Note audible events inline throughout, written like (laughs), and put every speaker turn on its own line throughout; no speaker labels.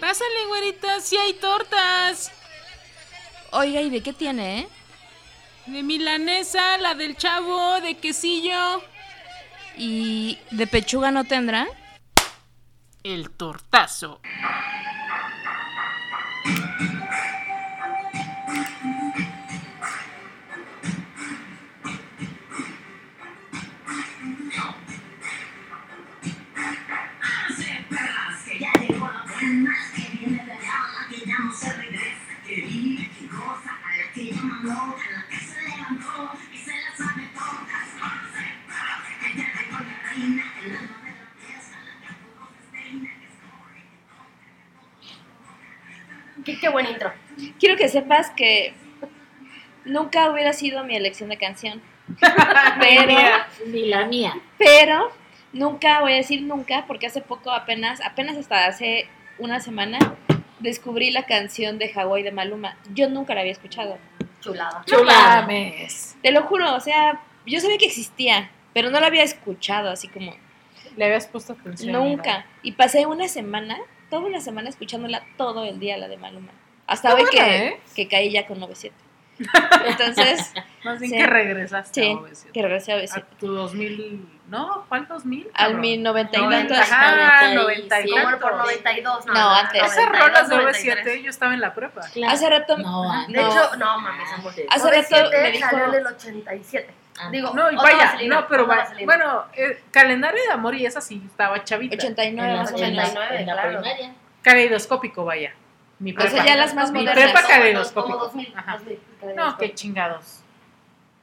Pásale, güerita, si hay tortas.
Oiga, ¿y de qué tiene, eh?
De milanesa, la del chavo, de quesillo.
¿Y de pechuga no tendrá?
El tortazo.
Qué, qué buen intro.
Quiero que sepas que nunca hubiera sido mi elección de canción. Pero,
Ni la mía.
pero nunca voy a decir nunca porque hace poco apenas, apenas hasta hace una semana descubrí la canción de Hawái de Maluma. Yo nunca la había escuchado.
Chulada.
Ah,
Chula mes.
Te lo juro, o sea, yo sabía que existía, pero no la había escuchado así como
Le habías puesto atención.
nunca. Y pasé una semana, toda una semana escuchándola todo el día la de Maluma. Hasta
Qué
hoy
buena,
que,
¿eh?
que caí ya con 97.
(laughs)
Entonces,
Más bien
Sí.
que regresaste
Sí.
a OV7.
que regresé a
A
veces.
tu 2000. ¿No? ¿Cuál 2000?
Al
cabrón?
mi
Noventa
90
y
y tantos.
Ajá, noventa
noventa
y
y Como por
tantos.
92, no.
No, antes.
Esas
92,
rolas de
93.
OV7 yo estaba en la prepa.
Claro.
Hace rato.
Ah, No,
De
no.
hecho, no mames, amor.
Hace rato
97
me dijo-
salió en el 87.
Ah.
Digo,
No, y
otra
vaya,
vaselina,
no, pero
otra
va-
vaselina.
bueno, eh, calendario de amor y esa sí estaba chavita.
89
en la,
más o menos.
89,
en la
claro.
primaria.
Caleidoscópico, vaya. Mi
O
prepa.
sea, ya las más
Mi
modernas.
prepa
como
caleidoscópico.
2000,
Ajá.
2000,
No,
caleidoscópico.
qué chingados.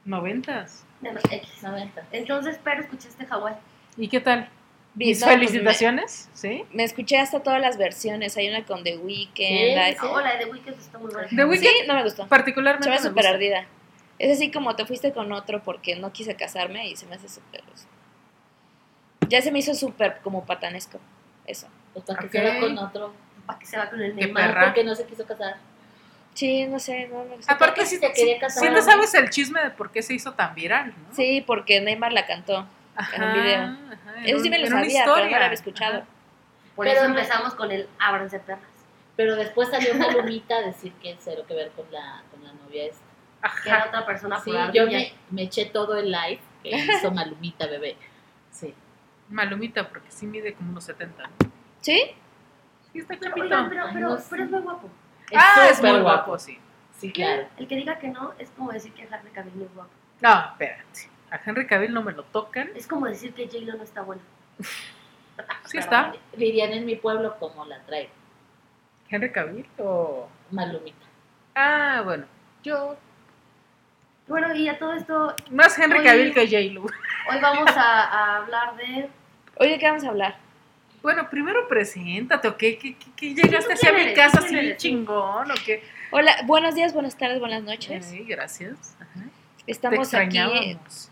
Noventas.
Bueno, X.
90.
Entonces, pero escuchaste Hawái.
¿Y qué tal?
Bien,
Mis
no, pues,
felicitaciones, ¿sí?
Me, me escuché hasta todas las versiones. Hay una con The
Sí,
Weeknd. hay-
sí.
Hola, de The Weeknd está muy buena.
The Weeknd
Sí, no me gustó. Se
particularmente
me
me
hace súper
gusta.
ardida. Es así como te fuiste con otro porque no quise casarme y se me hace súper. Ya se me hizo súper como patanesco. Eso.
Pues para que
Ok.
se va con otro.
¿Para qué se va con el
Qué
Neymar?
Más
perra.
porque no se quiso casar.
Sí, no sé, no me gustó.
Aparte,
Porque
si,
se quería casar.
te sabes el chisme de por qué se hizo tan viral, ¿no?
Sí, porque Neymar la cantó.
Ajá,
en un video.
ajá, en
Eso sí
un-
me lo
en una
sabía, pero no lo
historia.
había escuchado.
Ajá.
Por
Pero
eso
no-
empezamos con el Ábranse perras.
Pero después salió Malumita a decir que cero que ver con la, con la novia esta.
Que
Ajá.
era otra
Ah,
persona
Sí,
por
yo
ardilla.
me, me eché todo el live que hizo Malumita, bebé. Sí.
Malumita, porque sí mide como unos 70.
¿Sí?
Sí, está
Pero,
chapito.
pero, pero,
Ay,
pero,
no sé.
pero es muy guapo.
ah, es
súper
muy guapo, sí.
Sí, claro.
El que diga que no es como decir que Harry Cavill no es guapo.
No, espérate. A Henry Cavill no me lo tocan.
Es como decir que J-Lo no está bueno.
Sí está.
Dirían en mi pueblo como la trae
Henry Cavill o...
Malumita.
Ah, bueno. (laughs) Yo...
Bueno, y a todo esto,
Más Henry
Oye.
Cavill que J-Lo.
hoy vamos a, a hablar de...
Oye, ¿de qué vamos a hablar?
Bueno, primero preséntate, ¿o qué? ¿Qué, qué- qué llegaste
¿Tú
hacia
quién
mi
eres?
casa
¿Tú quién
así
eres?
chingón o qué?
Hola, buenos días, buenas tardes, buenas noches.
Ay, gracias. Ajá. Te
Estamos aquí,
extrañábamos.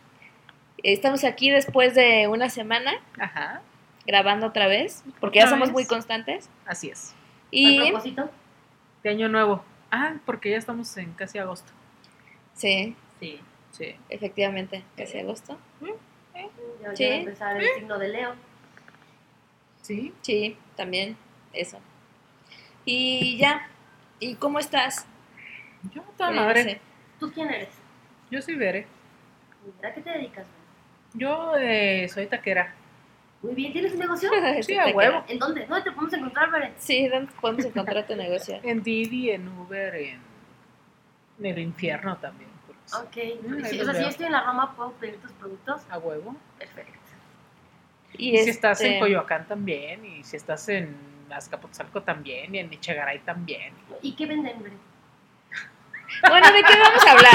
estamos aquí después de una semana
Ajá,
grabando otra vez, porque ya
Otra
somos
vez.
muy constantes.
así es.
A
Y
propósito,
De año nuevo. Ah, porque ya estamos en casi agosto.
sí,
Sí.
Sí.
efectivamente, casi agosto.
ya voy
Sí.
a empezar el signo de Leo.
¿Sí?
Sí, también eso. Y ya. ¿Y cómo estás?
Yo toda
Eh,
madre.
no sé.
¿Tú quién eres?
Yo soy Bere.
¿A qué te dedicas? güey?
Yo eh, soy taquera.
Muy bien, ¿tienes un
(laughs)
negocio?
(laughs) Sí,
Se (laughs)
a
te
huevo.
¿En dónde? ¿Dónde te podemos encontrar, Beren?
queda. Sí, ¿dónde podemos encontrar tu negocio?
En Didi, en Uber, en, en el infierno también. porque sí,
Ok.
Mm, ahí
Sí, o
los
sea, si
veo.
yo estoy en la Roma, ¿puedo pedir tus productos?
A huevo.
Perfecto.
Y, si estás en
este,
Coyoacán también, y si estás en Azcapotzalco también, y en Michagaray también.
¿Y qué venden, Beren?
Bueno, ¿de qué vamos a hablar?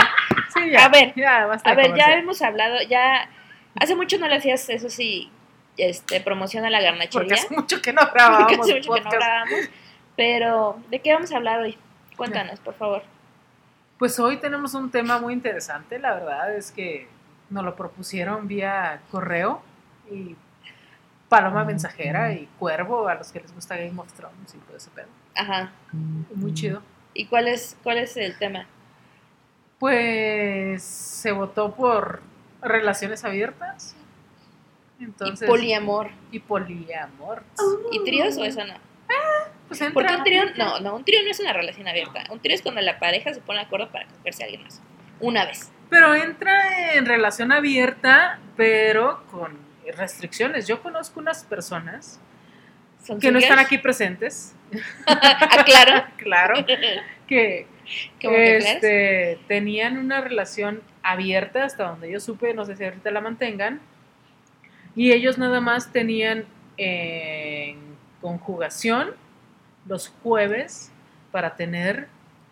Sí, (laughs) ya.
A ver,
ya, basta
A
de
ver, ya
comercial.
hemos hablado, ya hace mucho no le hacías eso sí, este, promoción a la
Porque
garnachería.
hace mucho que no
porque
grabábamos
hace mucho (laughs) que no
podcast.
hablábamos. Pero, ¿de qué vamos a hablar hoy? Cuéntanos, por favor.
Pues hoy tenemos un tema muy interesante, la verdad es que nos lo propusieron vía correo y Paloma Mensajera y Cuervo, a los que les gusta Game of Thrones y todo ese pedo.
Ajá.
Muy chido.
¿Y cuál es, cuál es el tema?
Pues se votó por relaciones abiertas. Entonces,
y poliamor.
y poliamor.
¿Y tríos o eso no?
Pues entra.
Porque un trío, no, no, un trío no es una relación abierta. Un trío es cuando la pareja se pone de acuerdo para cogerse a alguien más. Una vez.
Pero entra en relación abierta, pero con restricciones. Yo conozco unas personas
Son
que no
singers.
están aquí presentes, (laughs)
Aclaro.
claro, que
¿Cómo que aclaras?
este, tenían una relación abierta hasta donde yo supe, no sé si ahorita la mantengan, y ellos nada más tenían en conjugación los jueves para tener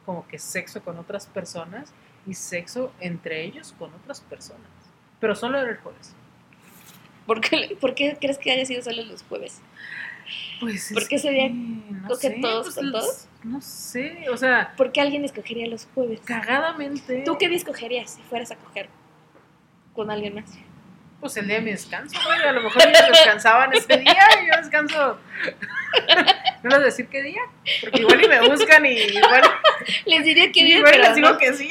como que sexo con otras personas y sexo entre ellos con otras personas, pero solo era el jueves.
¿Por qué, por qué crees que haya sido solo los jueves?
Pues
¿Por
es
qué ese día
que, no pues
cogen todos con
los-
todos?
No sé, o sea,
¿Por qué alguien escogería los jueves?
cagadamente.
¿Tú qué día escogerías si fueras a coger con alguien más?
Pues el día de mi descanso, güey. A lo mejor ellos descansaban ese día y yo
(laughs)
descanso. No les voy a decir qué día, porque igual y me buscan y igual,
Les diría (laughs) qué día,
igual
pero
les digo
no-
que sí,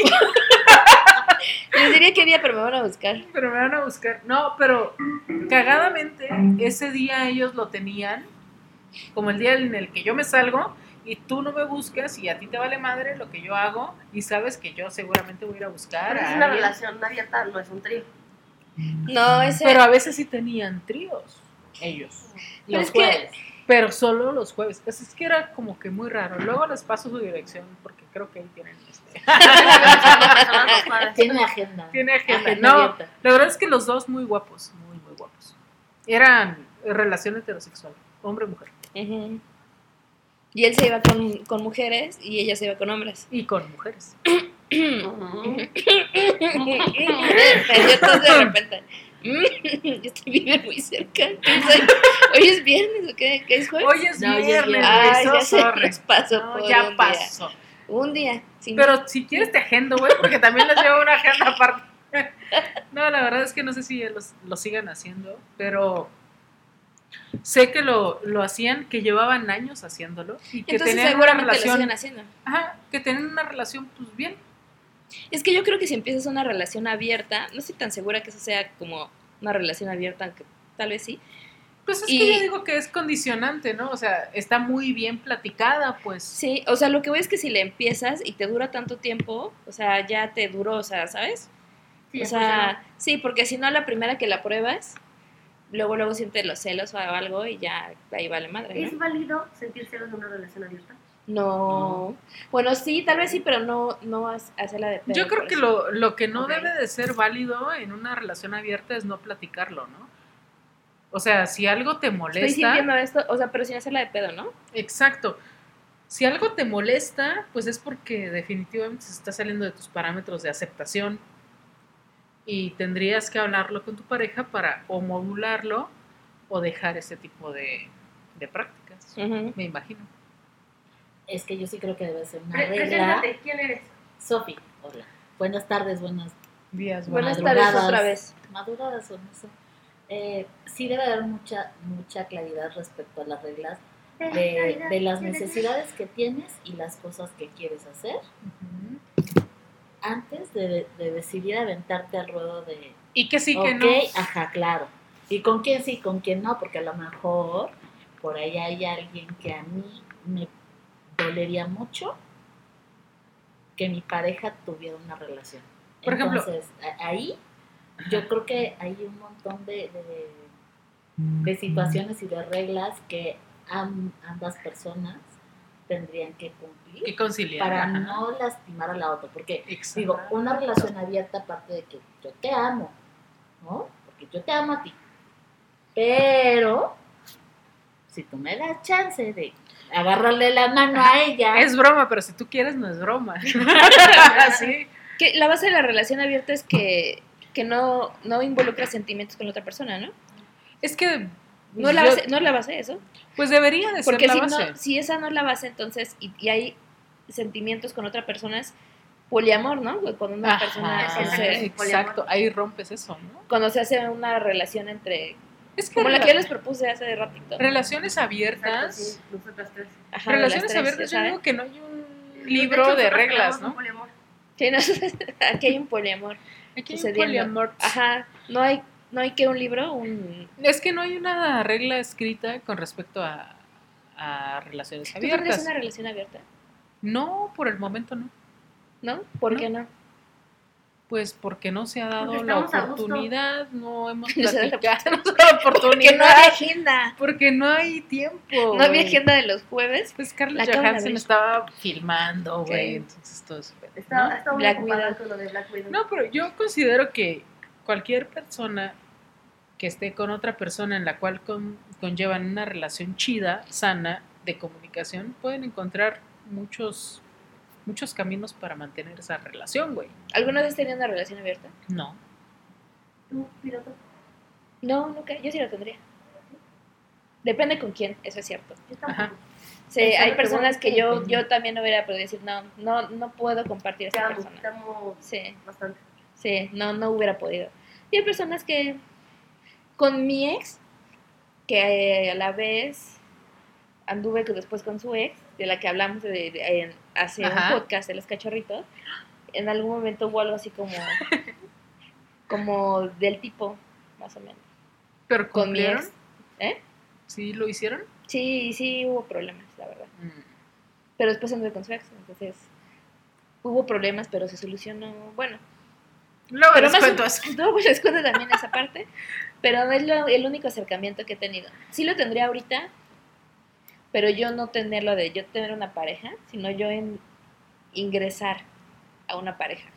les diría qué día, pero me van a buscar.
pero me van a buscar. No, pero cagadamente ese día ellos lo tenían como el día en el que yo me salgo y tú no me buscas y a ti te vale madre lo que yo hago y sabes que yo seguramente voy a ir a buscar.
Pero
a
es una
alguien.
relación abierta, no es un trío. (laughs)
No, ese.
Pero a veces sí tenían tríos ellos.
Pero
Los
es que-
jueves.
Pero solo los jueves. Es, es que era como que muy raro. Luego les paso su dirección porque creo que ahí tienen este. (laughs)
Tiene agenda.
Tiene agenda.
Agenda
No.
abierta.
La verdad es que los dos muy guapos, muy, muy guapos. Eran relación heterosexual, hombre-mujer.
Ujú. Y él se iba con, con mujeres y ella se iba con
(laughs)
hombres.
Y con mujeres.
Yo todo de repente. Mm, (laughs) Yo estoy vive muy cerca. ¿Quién soy? Hoy es viernes, ¿o qué? ¿Qué es jueves?
Hoy es
No, hoy es
viernes,
viernes.
güey,
Ay,
so
ya se
sorry.
nos pasó
No,
por
ya
un día.
pasó.
Un día. sin-
Pero si quieres te agendo, güey, porque también les llevo una agenda aparte. (laughs) No, la verdad es que no sé si los- lo sigan haciendo, pero sé que lo, lo hacían, que llevaban años haciéndolo y que
Entonces
tenían una
seguramente lo
relación,
siguen haciendo.
ajá, que tenían una relación pues bien.
Es que yo creo que si empiezas una relación abierta, no estoy tan segura que eso sea como una relación abierta, aunque tal vez sí.
Pues es
Y-
que yo digo que es condicionante, ¿no? O sea, está muy bien platicada, pues.
Sí, o sea, lo que voy es que si le empiezas y te dura tanto tiempo, o sea, ya te duró, o sea, ¿sabes?
Sí,
o sea, sí, porque si no, la primera que la pruebas, luego luego sientes los celos o algo y ya ahí vale madre,
¿Es
¿no?
válido sentir celos de una relación abierta?
No. Bueno, sí, tal vez sí, pero no, no ha- hacerla de pedo,
Yo creo
por
que
eso.
lo, lo que no
Ok.
debe de ser válido en una relación abierta es no platicarlo, ¿no? O sea, si algo te molesta...
Estoy sintiendo esto, o sea, pero sin hacerla de pedo, ¿no?
Exacto. Si algo te molesta, pues es porque definitivamente se está saliendo de tus parámetros de aceptación y tendrías que hablarlo con tu pareja para o modularlo o dejar ese tipo de, de prácticas,
Ujú.
me imagino.
Es que yo sí creo que debe ser una
Pre-
regla.
Preséntate, ¿quién eres?
Sofi, hola. Buenas tardes, buenas
Días,
Buenas
Manuel.
tardes
Madrugadas.
otra vez.
maduradas o no sé. Eh, sí debe haber mucha, mucha claridad respecto a las reglas de, de las necesidades que tienes y las cosas que quieres hacer
Ujú.
antes de, de decidir aventarte al ruedo de,
Y que sí, que
ok,
no.
ajá, claro. Y con quién sí, con quién no, porque a lo mejor por ahí hay alguien que a mí me dolería mucho que mi pareja tuviera una relación.
Por ejemplo-
Entonces, a- ahí yo creo que hay un montón de, de- de situaciones y de reglas que am- ambas personas tendrían que cumplir
Y conciliar.
para
ajá.
no lastimar a la otra, porque
Exacto.
Digo, una relación abierta aparte de que yo te amo, ¿no? Porque yo te amo a ti. Pero, si tú me das chance de agarrarle la mano a ella,
Es broma, pero si tú quieres, no es
(laughs)
broma. (laughs) sí.
Que la base de la relación abierta es que, que no, no involucra sentimientos con la otra persona, ¿no?
Es que.
No es la
yo-
base, no es la base de eso.
Pues debería de ser
Porque
la
si,
base.
no, si esa no es la base, entonces, y, y hay sentimientos con otra persona, es poliamor, ¿no? güey? Cuando una
Ajá,
persona
que
hace-
exacto, ahí rompes eso, ¿no?
cuando se hace una relación entre.
Es que
Como la
rela-
que yo les propuse hace ratito.
relaciones
Exacto,
abiertas,
sí, nosotras tres.
Ajá, de las
relaciones
tres,
abiertas, yo
¿saben?
digo que no hay un
De
libro
hecho,
de
nosotras
reglas,
tenemos un
¿no?
poliamor.
Sí, no, (laughs) aquí hay un poliamor.
Aquí hay un
sucediendo.
poliamor.
Ajá. No hay, no hay que un libro, un.
Es que no hay una regla escrita con respecto a, a relaciones
¿Tú tendrías
abiertas.
una relación abierta?
No, por el momento no.
¿No? ¿Por
No.
qué no?
Pues porque no se ha dado
Porque
la
estamos a gusto.
oportunidad, no hemos
(laughs) No se da la
platicado, no se da la
(laughs) Porque
oportunidad.
no había agenda.
Porque no hay tiempo.
No había
güey.
agenda de los jueves.
Pues
La
Carlos
acaban de
Johansson
abrir.
estaba filmando, güey,
Sí.
entonces todo eso.
Está, está muy
Black
ocupada
Widow.
con lo de Black Widow.
No, pero yo considero que cualquier persona que esté con otra persona en la cual con- conllevan una relación chida, sana, de comunicación, pueden encontrar muchos, muchos caminos para mantener esa relación, güey.
¿Alguna vez tenías una relación abierta?
No.
Tú, piloto,
No, nunca. Yo sí la tendría. Depende con quién, eso es cierto.
yo
Ajá.
tampoco.
Sí,
Eso
hay
me
personas que
pregunto.
yo, yo también no hubiera podido decir, no, no, no puedo compartir a
Te
esta
amo,
persona.
te amo
Sí,
bastante.
sí, no, no hubiera podido. Y hay personas que con mi ex, que a la vez anduve que después con su ex, de la que hablamos de, de- en- hace
Ajá.
un podcast de los cachorritos, en algún momento hubo algo
(laughs)
así como, como del tipo, más o menos,
Pero
con mi
cumplieron.
ex. ¿Eh?
¿Sí lo hicieron?
Sí, sí hubo problemas, la verdad.
Mm.
pero después anduve con su ex, entonces hubo problemas, pero se solucionó, bueno,
Luego
pero
les
más o-
cuento eso.
(laughs) luego les cuento pues, también esa parte, pero no es lo- el único acercamiento que he tenido. Sí lo tendría ahorita, pero yo no tenerlo de yo tener una pareja, sino yo en ingresar a una pareja.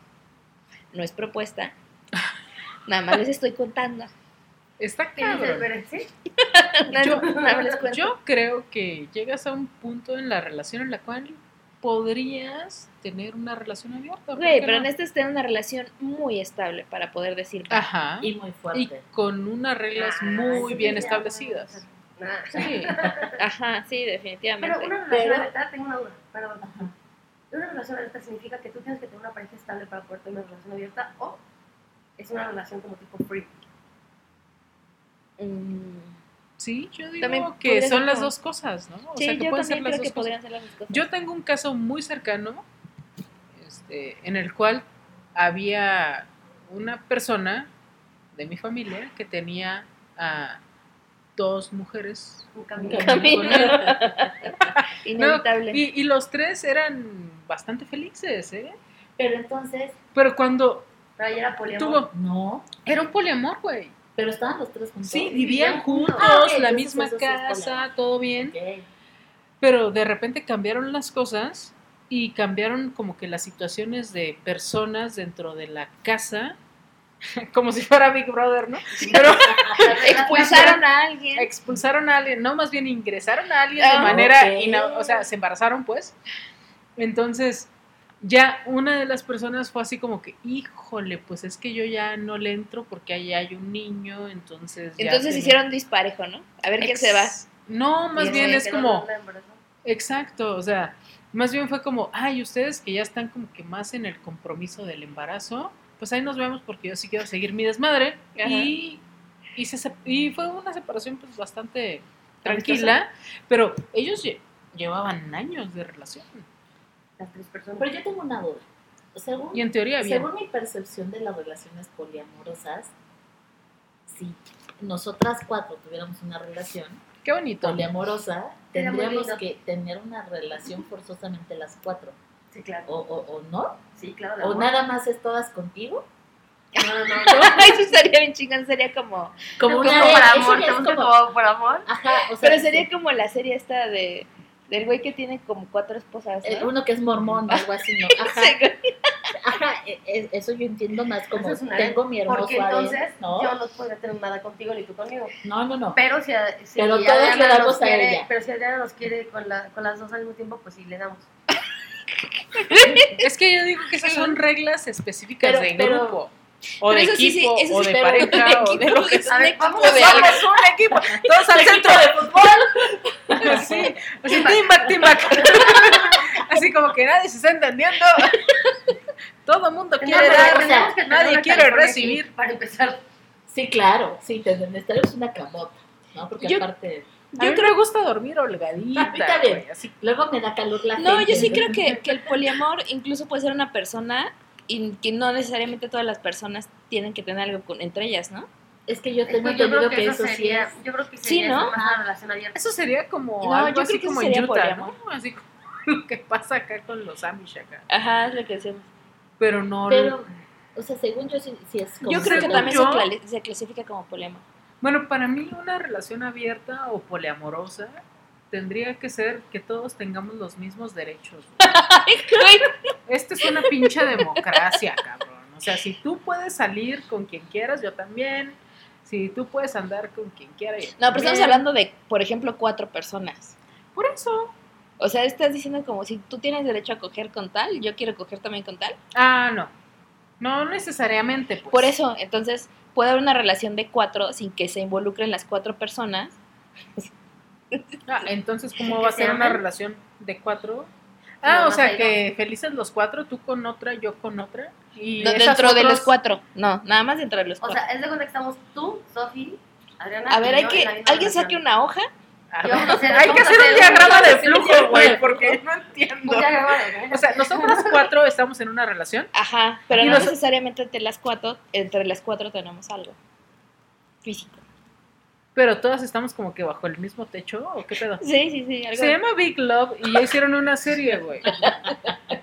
No es propuesta, nada más les estoy contando. (laughs)
Está
¿Qué dices,
cabrón.
Bere? ¿Sí?
Nada,
(laughs) Yo-
nada más les
(laughs)
cuento.
Yo creo que llegas a un punto en la relación en la cual podrías tener una relación abierta. ¿por
Güey,
qué
pero
no?
necesitas tener una relación muy estable para poder decir, "Ah,
Ajá. Y,
Y muy fuerte.
con unas reglas
Ah,
muy
sí,
bien
ya,
establecidas.
Nah.
Sí.
ajá, sí, definitivamente.
Pero una relación
Ah. Pero-
abierta, tengo una duda, perdón.
Ajá.
Una relación abierta significa que tú tienes que tener una pareja estable para poder tener una relación abierta o es una relación como tipo free.
Mm.
Sí, yo digo
También
que
podría
son
ser
las
como-
dos cosas, ¿no? O
Sí,
sea, que
yo
pueden
también
ser las
creo
dos
que
cosas.
podrían ser las dos cosas.
Yo tengo un caso muy cercano este, en el cual había una persona de mi familia que tenía a dos mujeres.
Un
Un
camino.
camino.
con él.
Inevitable.
Y, y los tres eran bastante felices, ¿eh?
Pero entonces,
Pero cuando
Pero ahí era poliamor.
tuvo...
no.
Era un poliamor, güey.
Pero estaban los tres juntos.
Sí,
vivían
vivían juntos,
Ah, ok,
la
entonces
misma
eso sí es
casa,
poliamor.
todo bien.
Ok.
Pero de repente cambiaron las cosas y cambiaron como que las situaciones de personas dentro de la casa, (laughs) como si fuera Big Brother, ¿no? Pero
Expulsaron a alguien.
expulsaron a alguien, no, más bien ingresaron a alguien de
Ah,
manera,
ok.
ina- o sea, se embarazaron pues. Entonces, ya una de las personas fue así como que, híjole, pues es que yo ya no le entro porque ahí hay un niño, entonces... ya
Entonces
tenemos-
hicieron disparejo, ¿no? A ver quién se va.
Ex- No, más
Sí,
bien
sí,
es como... Exacto, o sea, más bien fue como, ay, ustedes que ya están como que más en el compromiso del embarazo, pues ahí nos vemos porque yo sí quiero seguir mi desmadre.
Ajá.
Y, y, se sep- y fue una separación pues bastante tranquila, pero ellos lle- llevaban años de relación
Las tres personas.
Pero yo tengo una duda. Según,
y en teoría bien.
según mi percepción de las relaciones poliamorosas, si nosotras cuatro tuviéramos una relación
Qué bonito.
poliamorosa,
Sería muy
tendríamos
lindo.
que tener una relación forzosamente las cuatro.
Sí, claro.
O, o, o no.
Sí, claro. de
O
amor.
nada más es todas contigo.
No,
(laughs)
no, no.
(laughs) Eso estaría bien chingón, sería como...
Como
Como
una de
por
eso
amor,
ya
te
es
gusta
como-
como por amor.
Ajá, o sea,
Pero sería como la serie esta de... Del güey que tiene como cuatro esposas,
eh,
¿no?
uno que es mormón o algo así, ¿no? Ajá,
Ese güey.
ajá, eh, eh, eso yo entiendo más como
Eso es una-
tengo mi hermoso
Porque
harem,
entonces
¿no?
yo no podría tener nada contigo ni tú conmigo.
no, no, no.
Pero si, a- si
Pero todos le
Adriana
damos
nos
a
quiere,
ella.
Pero si Adriana nos quiere con, la, con las dos al mismo tiempo, pues sí, le damos.
(laughs) Es que yo digo que esas son reglas específicas
Pero-
de
pero-
grupo. O de
Pero eso sí, sí,
equipo,
eso
o
sí,
de
pero
pareja,
de
o de
equipo
lo que
es
sea.
un equipo de algo.
somos un equipo. Todos al centro de fútbol. Pues Sí, así, team back, team back. (laughs) Así como que nadie se está entendiendo. Todo mundo quiere
pero,
dar.
o sea,
tenemos que tener
nadie
una
quiere
California
recibir.
aquí Para empezar.
Sí, claro, sí, te necesitaremos una camota, ¿no? Porque
Yo-
aparte,
A mí me gusta dormir holgadita.
A mí también.
güey, así.
luego me da calor la
No,
gente,
yo sí creo
entonces-
que, que el poliamor incluso puede ser una persona y que no necesariamente todas las personas tienen que tener algo con, entre ellas, ¿no?
Es que yo tengo
Pues yo creo
entendido que,
que eso
eso sí
sería,
es.
yo creo que
Sí,
sería
¿no?
eso, más una relación abierta.
Eso sería como
No,
algo
yo
así
creo que
como
eso sería
en Utah,
poliamor.
¿no? Así como (laughs) lo que pasa acá con los Amish acá.
Ajá, es lo que decíamos.
Pero no...
Pero, o sea, según yo sí, sí es como.
Yo creo que
Según
también
yo-
se, clali- se clasifica como poliamor.
Bueno, para mí una relación abierta o poliamorosa tendría que ser que todos tengamos los mismos derechos. güey. Esta es una pinche democracia, cabrón. O sea, si tú puedes salir con quien quieras, yo también. Si tú puedes andar con quien quieras, yo
No, pero estamos
también.
hablando de, por ejemplo, cuatro personas.
Por eso.
O sea, estás diciendo como si tú tienes derecho a coger con tal, yo quiero coger también con tal.
Ah, no. No necesariamente. pues.
Por eso, entonces, puede haber una relación de cuatro sin que se involucren las cuatro personas.
Ah, entonces, ¿cómo
Que
va a
se
ser una
amen.
relación de cuatro?
Nada
Ah, o
más
sea
hay
que felices los cuatro, tú con otra, yo con otra. Y
No,
esas
dentro de
otras-
los cuatro. No, nada más dentro de los
O
cuatro.
sea, es de cuando estamos tú, Sofi, Adriana.
a ver,
y
hay
yo
que.
en la misma
Alguien saque
relación.
una hoja.
Ah,
Y vamos a
(laughs)
hacer-
(laughs) Hay que
vamos a
hacer un diagrama de
vamos a hacer un
flujo,
(laughs)
güey,
diagrama
porque no entiendo.
Un diagrama de-
(laughs)
O sea, nosotras cuatro estamos en una relación.
Ajá, pero
Y
no
nos-
necesariamente entre las cuatro, entre las cuatro tenemos algo físico.
Pero todas estamos como que bajo el mismo techo, ¿o qué pedo?
Sí, sí, sí, algo.
Se llama Big Love y ya hicieron una serie, güey.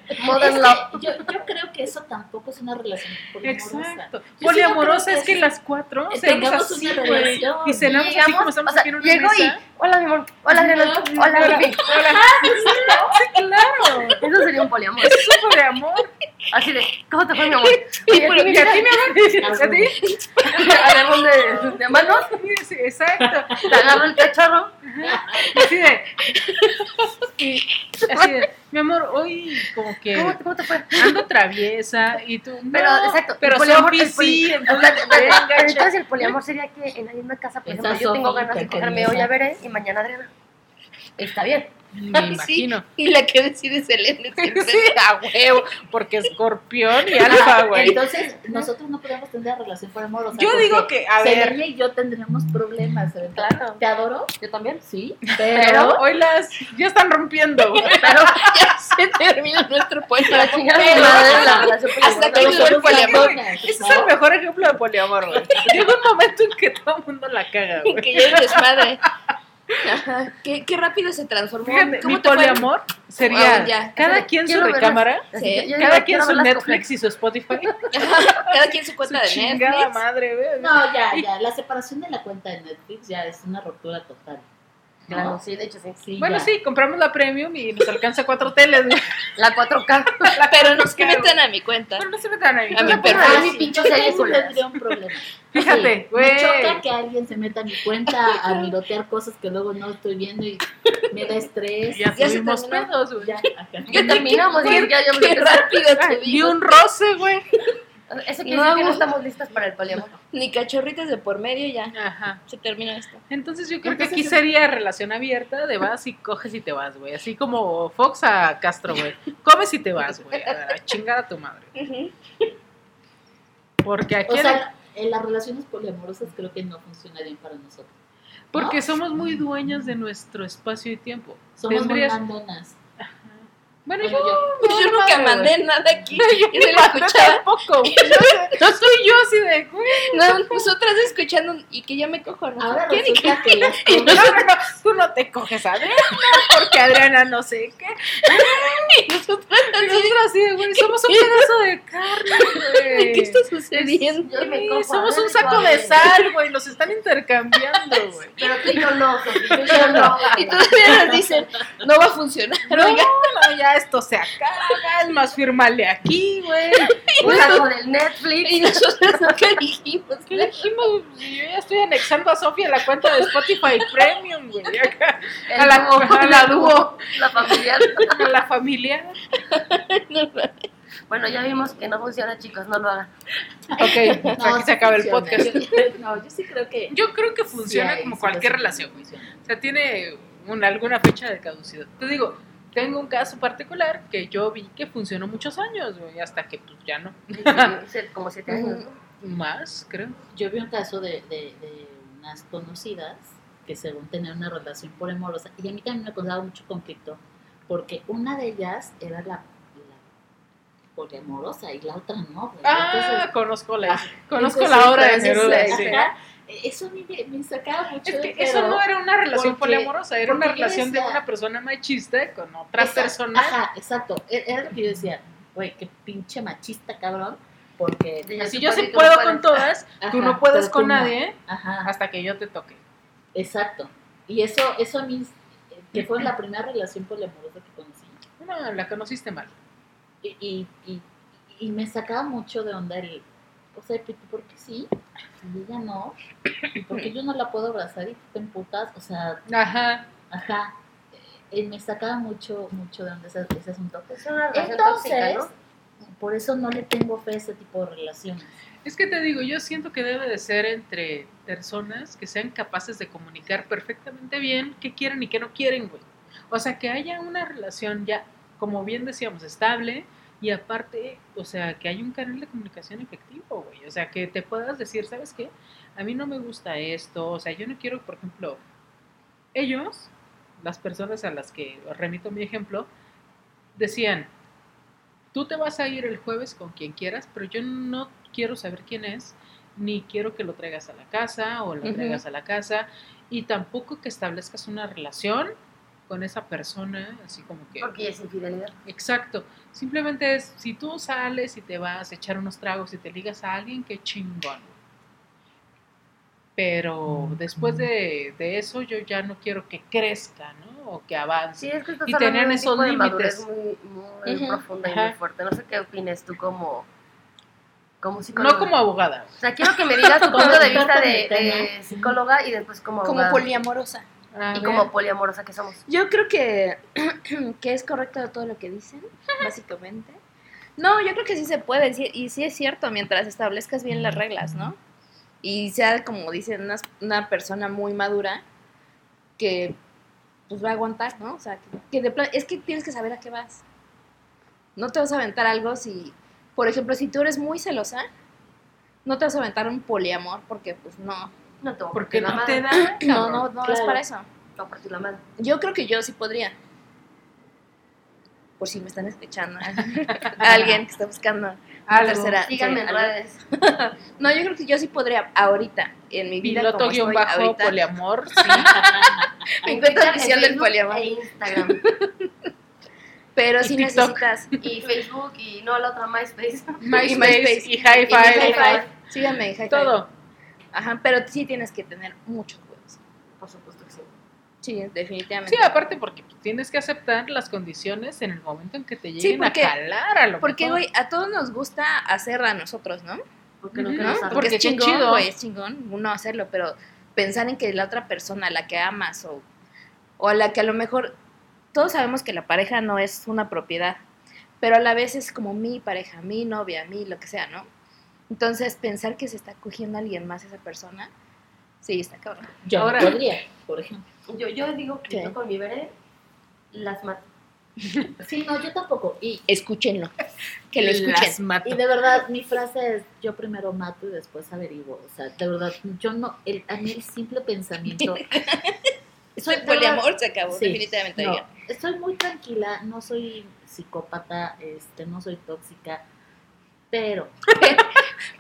Es
Modern
que
Love.
yo, yo creo que eso tampoco es una relación poliamorosa.
Exacto.
sí no
Poliamorosa
creo que
es que
así
las cuatro cenamos
Tengamos
así,
una
güey.
relación.
Y cenamos así como estamos
o sea,
aquí en una
llego
mesa.
y, hola mi amor, hola Adriana, hola,
Hola, (laughs)
Sofi.
hola. Sí, claro.
Eso sería un poliamor.
Es un poliamor.
Así de, ¿cómo te fue mi (laughs) amor?
Y a ti, y a ti,
(laughs)
mi amor. ¿Y a ti?
Agarrón de, de manos,
Sí, exacto.
te agarro el cachorro.
Así de. Así de. Mi amor, hoy como que
¿Cómo, te- cómo te fue?
ando traviesa y tú. no,
Pero, exacto, el
Pero
poliamor,
Sofi
el poli-
sí.
O (laughs) sea,
Entonces,
pero- pero
venga,
entonces
cha-
el poliamor sería que en la misma casa, por
Está
ejemplo, yo tengo
Sofi
ganas de cogerme
hipercariñosa.
hoy a Veré y mañana a Adriana. Está bien.
Me
Sí,
imagino.
y la que decide es Elena. (laughs) siempre.
Sí, a huevo. Porque escorpión y alfa, güey.
Entonces, nosotros no podemos tener una relación poliamorosa.
Yo
porque
digo que, a ver.
Selena y yo tendríamos problemas. ¿eh?
Claro. (laughs)
¿Te adoro?
Yo también.
(laughs)
Sí.
Pero
Pero.
hoy las ya están rompiendo, güey.
ya se terminó nuestro puesto.
Para chingar a
Pero-
mi madre la relación
Hasta que
poliamorosa.
llegó el poliamor.
Ese es el mejor ejemplo de poliamor, güey. Llega un momento en que todo el mundo la caga, güey.
(laughs) Que ya es desmadre. Ajá, ¿Qué, qué rápido se transformó.
Fíjate,
¿Cómo
mi
te fue?
poliamor sería
Wow, ya.
cada quien su
Quiero verlas.
recámara,
Sí.
Así que yo
cada
digo,
quien
quiero
su
verlas
Netflix y su Spotify.
Ajá, Cada quien su cuenta
su
de
chingada
Netflix.
madre, güey.
No, ya, ya. La separación de la cuenta de Netflix ya es una ruptura total.
coger. Claro, sí, de hecho
(laughs)
sí.
Sí,
Bueno,
ya.
sí, compramos la premium y nos alcanza cuatro teles, güey.
La 4K.
Pero no se
Claro.
metan a mi cuenta.
Pero no se metan ahí.
A mi
No,
perfil.
pues,
A
Ah,
mi pinche
Yo
serie
también
culera.
tendría un problema.
Fíjate,
Sí,
güey.
Me choca que alguien se meta a mi cuenta a mirotear cosas que luego no estoy viendo y me da estrés.
Ya,
Ya se
tuvimos
terminó.
pedos, güey.
Ya, ajá.
Ya terminamos.
Qué-
y ya,
(laughs)
ya me
Qué rápido
Ah,
te
Ni
digo.
un roce, güey.
Eso quiere
No,
decir que no
güey.
estamos listas para el poliamor.
Ni cachorritas de por medio ya.
Ajá.
Se terminó esto.
Entonces yo creo que
Entonces
aquí
yo-
sería relación abierta de vas y coges y te vas, güey. Así como Fox a Castro, güey. Comes y te vas, güey. A la chingada tu madre.
Ujú.
Porque aquí
O
en-
sea, en las relaciones poliamorosas creo que no funcionarían para nosotros.
porque somos muy dueñas de nuestro espacio y tiempo.
Somos
Tendrías-
muy mandonas.
Bueno,
Bueno,
yo,
yo-
no,
Yo nunca
madre,
mandé nada aquí. Yo
güey.
se lo
Yo
escuchaba.
tampoco, güey. Yo- No soy yo así de, güey.
No, nosotras escuchando y que ya me cojo. No
Ahora
sé qué, ni qué.
resulta que
(laughs)
las
No, no,
cosas-
no, tú no te coges a Adriana porque Adriana no sé qué.
Y nosotras
Y
así,
nosotros así de, güey, somos un pedazo de carne, güey.
¿de qué está sucediendo?
Yo me
Sí,
cojo a
somos
Adriana
un
y tú a
saco de
Adriana.
sal, güey, nos están intercambiando, güey.
Pero tú y yo no, Sofi. Tú y yo no.
Y todavía nos dicen, no va a funcionar.
No,
oiga.
no, ya esto se acaba, es más, firmale aquí, güey.
Un saco del Netflix.
Y nosotras nunca dijimos.
¿Qué dijimos? Yo ya estoy anexando a Sofía la cuenta de Spotify Premium, güey, acá,
el
A la-
dúo,
a la dúo.
La familiar.
a la familia.
(laughs) Bueno, ya vimos que no funciona, chicos, no lo hagan.
Ok, pues aquí
sí
se acaba el
funciona.
podcast.
Yo- No, yo sí creo que.
Yo creo que funciona
sí hay
como cualquier
situaciones
relación,
que
güey.
funcionan.
O sea, tiene una, alguna fecha de caducidad. Te digo, tengo un caso particular que yo vi que funcionó muchos años, güey, hasta que pues ya no.
Sí, Como siete años. ¿no?
Más, creo.
Yo vi un caso de, de, de unas conocidas que según tenían una relación poliamorosa y a mí también me causaba mucho conflicto porque una de ellas era la, la poliamorosa y la otra no. güey.
Ah,
Entonces,
conozco la,
Ah,
conozco
entonces,
la obra de
entonces,
Neruda.
ajá,
sí.
Eso a mí me, me sacaba mucho
Es
de
que eso
pedo.
no era una relación
porque-
poliamorosa, era una
porque yo
relación de
decía-
una persona machista con otra
Exacto,
persona.
Ajá, exacto. E- Era lo que yo decía, güey, qué pinche machista, cabrón. Porque.
Así yo sí puedo con todas, tú
Ajá,
no puedes
pero
con
tú no.
nadie
Ajá,
hasta que yo te toque.
exacto. Y eso, eso a mí, eh, que fue la primera relación poliamorosa que conocí.
No, la conociste mal.
Y, y, y, y me sacaba mucho de onda el. O sea, ¿y tú ¿por qué sí? Y ella no. ¿Y por qué yo no la puedo abrazar y tú te emputas? O sea,
Ajá.
ajá. Eh, eh, me sacaba mucho, mucho de onda ese, ese asunto.
Es una relación
Entonces,
tóxica, ¿no?
por eso no le tengo fe a ese tipo de relaciones.
Es que te digo, yo siento que debe de ser entre personas que sean capaces de comunicar perfectamente bien qué quieren y qué no quieren, güey. O sea, que haya una relación ya, como bien decíamos, estable y aparte, o sea, que haya un canal de comunicación efectivo, güey. O sea, que te puedas decir, ¿sabes qué? A mí no me gusta esto, o sea, yo no quiero, por ejemplo, ellos, las personas a las que remito mi ejemplo, decían, tú te vas a ir el jueves con quien quieras, pero yo no quiero saber quién es, ni quiero que lo traigas a la casa o lo
Ujú.
traigas a la casa, y tampoco que establezcas una relación con esa persona, así como que...
Porque es infidelidad.
Exacto. Simplemente es, si tú sales y te vas a echar unos tragos y te ligas a alguien, qué chingón. Pero después de, de eso yo ya no quiero que crezca, ¿no? O que avance.
Sí, es que estás
Y
hablando
tenían
de un
esos
tipo de madurez
límites.
Muy, muy
Ujú.
profunda y
Ajá.
muy fuerte. No sé qué opines tú como, como psicóloga.
No como abogada.
O sea, quiero que me digas tu punto de vista de,
Caña.
de psicóloga y después como
Como
abogada.
poliamorosa.
A
y
ver,
como poliamorosa que somos.
Yo creo que, (clears throat) que es correcto de todo lo que dicen, básicamente. No, yo creo que sí se puede, sí- y sí es cierto, mientras establezcas bien las reglas, ¿no? Y sea, como dicen, una, una persona muy madura que pues va a aguantar, ¿no? O sea, que, que de plan- es que tienes que saber a qué vas. No te vas a aventar algo si, por ejemplo, si tú eres muy celosa, no te vas a aventar un poliamor porque pues no,
No te voy a
Porque
partir la
no
madre.
te da...
no, no, no es
claro.
para eso.
No, voy a partir la madre.
Yo creo que yo sí podría. Por si me están escuchando. Alguien que está buscando una
Algo.
tercera. sí,
Síganme en
algo.
(laughs)
redes.
No, yo creo que yo sí podría ahorita, en mi vida
Piloto
como
guión
estoy
bajo
ahorita.
poliamor.
Me encuentro
En
oficial del
Facebook
poliamor.
E Instagram.
Pero
y
sí
TikTok.
necesitas.
Y Facebook y no la otra MySpace.
MySpace (laughs) y High
y mi high
Five.
five. Síganme, high
Todo.
five. Ajá, pero sí tienes que tener muchos huevos.
(laughs) Por supuesto que sí.
Sí, definitivamente.
Sí, aparte porque tienes que aceptar las condiciones en el momento en que te lleguen
porque-
a calar a lo
Porque,
mejor.
güey, a todos nos gusta hacer a nosotros, ¿no?
Porque no
Ujú.
queremos
¿No? Porque
saber.
Porque es
qué
chingón,
chido.
güey, es chingón uno hacerlo, pero pensar en que la otra persona, la que amas o, o a la que a lo mejor todos sabemos que la pareja no es una propiedad, pero a la vez es como mi pareja, mi novia, mi lo que sea, ¿no? Entonces pensar que se está cogiendo a alguien más esa persona, sí, está cabrón.
Yo
Ahora-
no podría, por ejemplo.
Yo, yo digo que
¿Qué?
yo con mi veré las mato.
Sí, no, yo tampoco. Y,
Escúchenlo, que lo
Las
escuchen.
mato.
y de verdad, mi frase es, yo primero mato y después averiguo. O sea, de verdad, yo no, el, a mí el simple pensamiento... soy, de
El
verdad,
poliamor se acabó,
sí,
definitivamente.
no,
oigan.
Estoy muy tranquila, no soy psicópata, este, no soy tóxica, pero...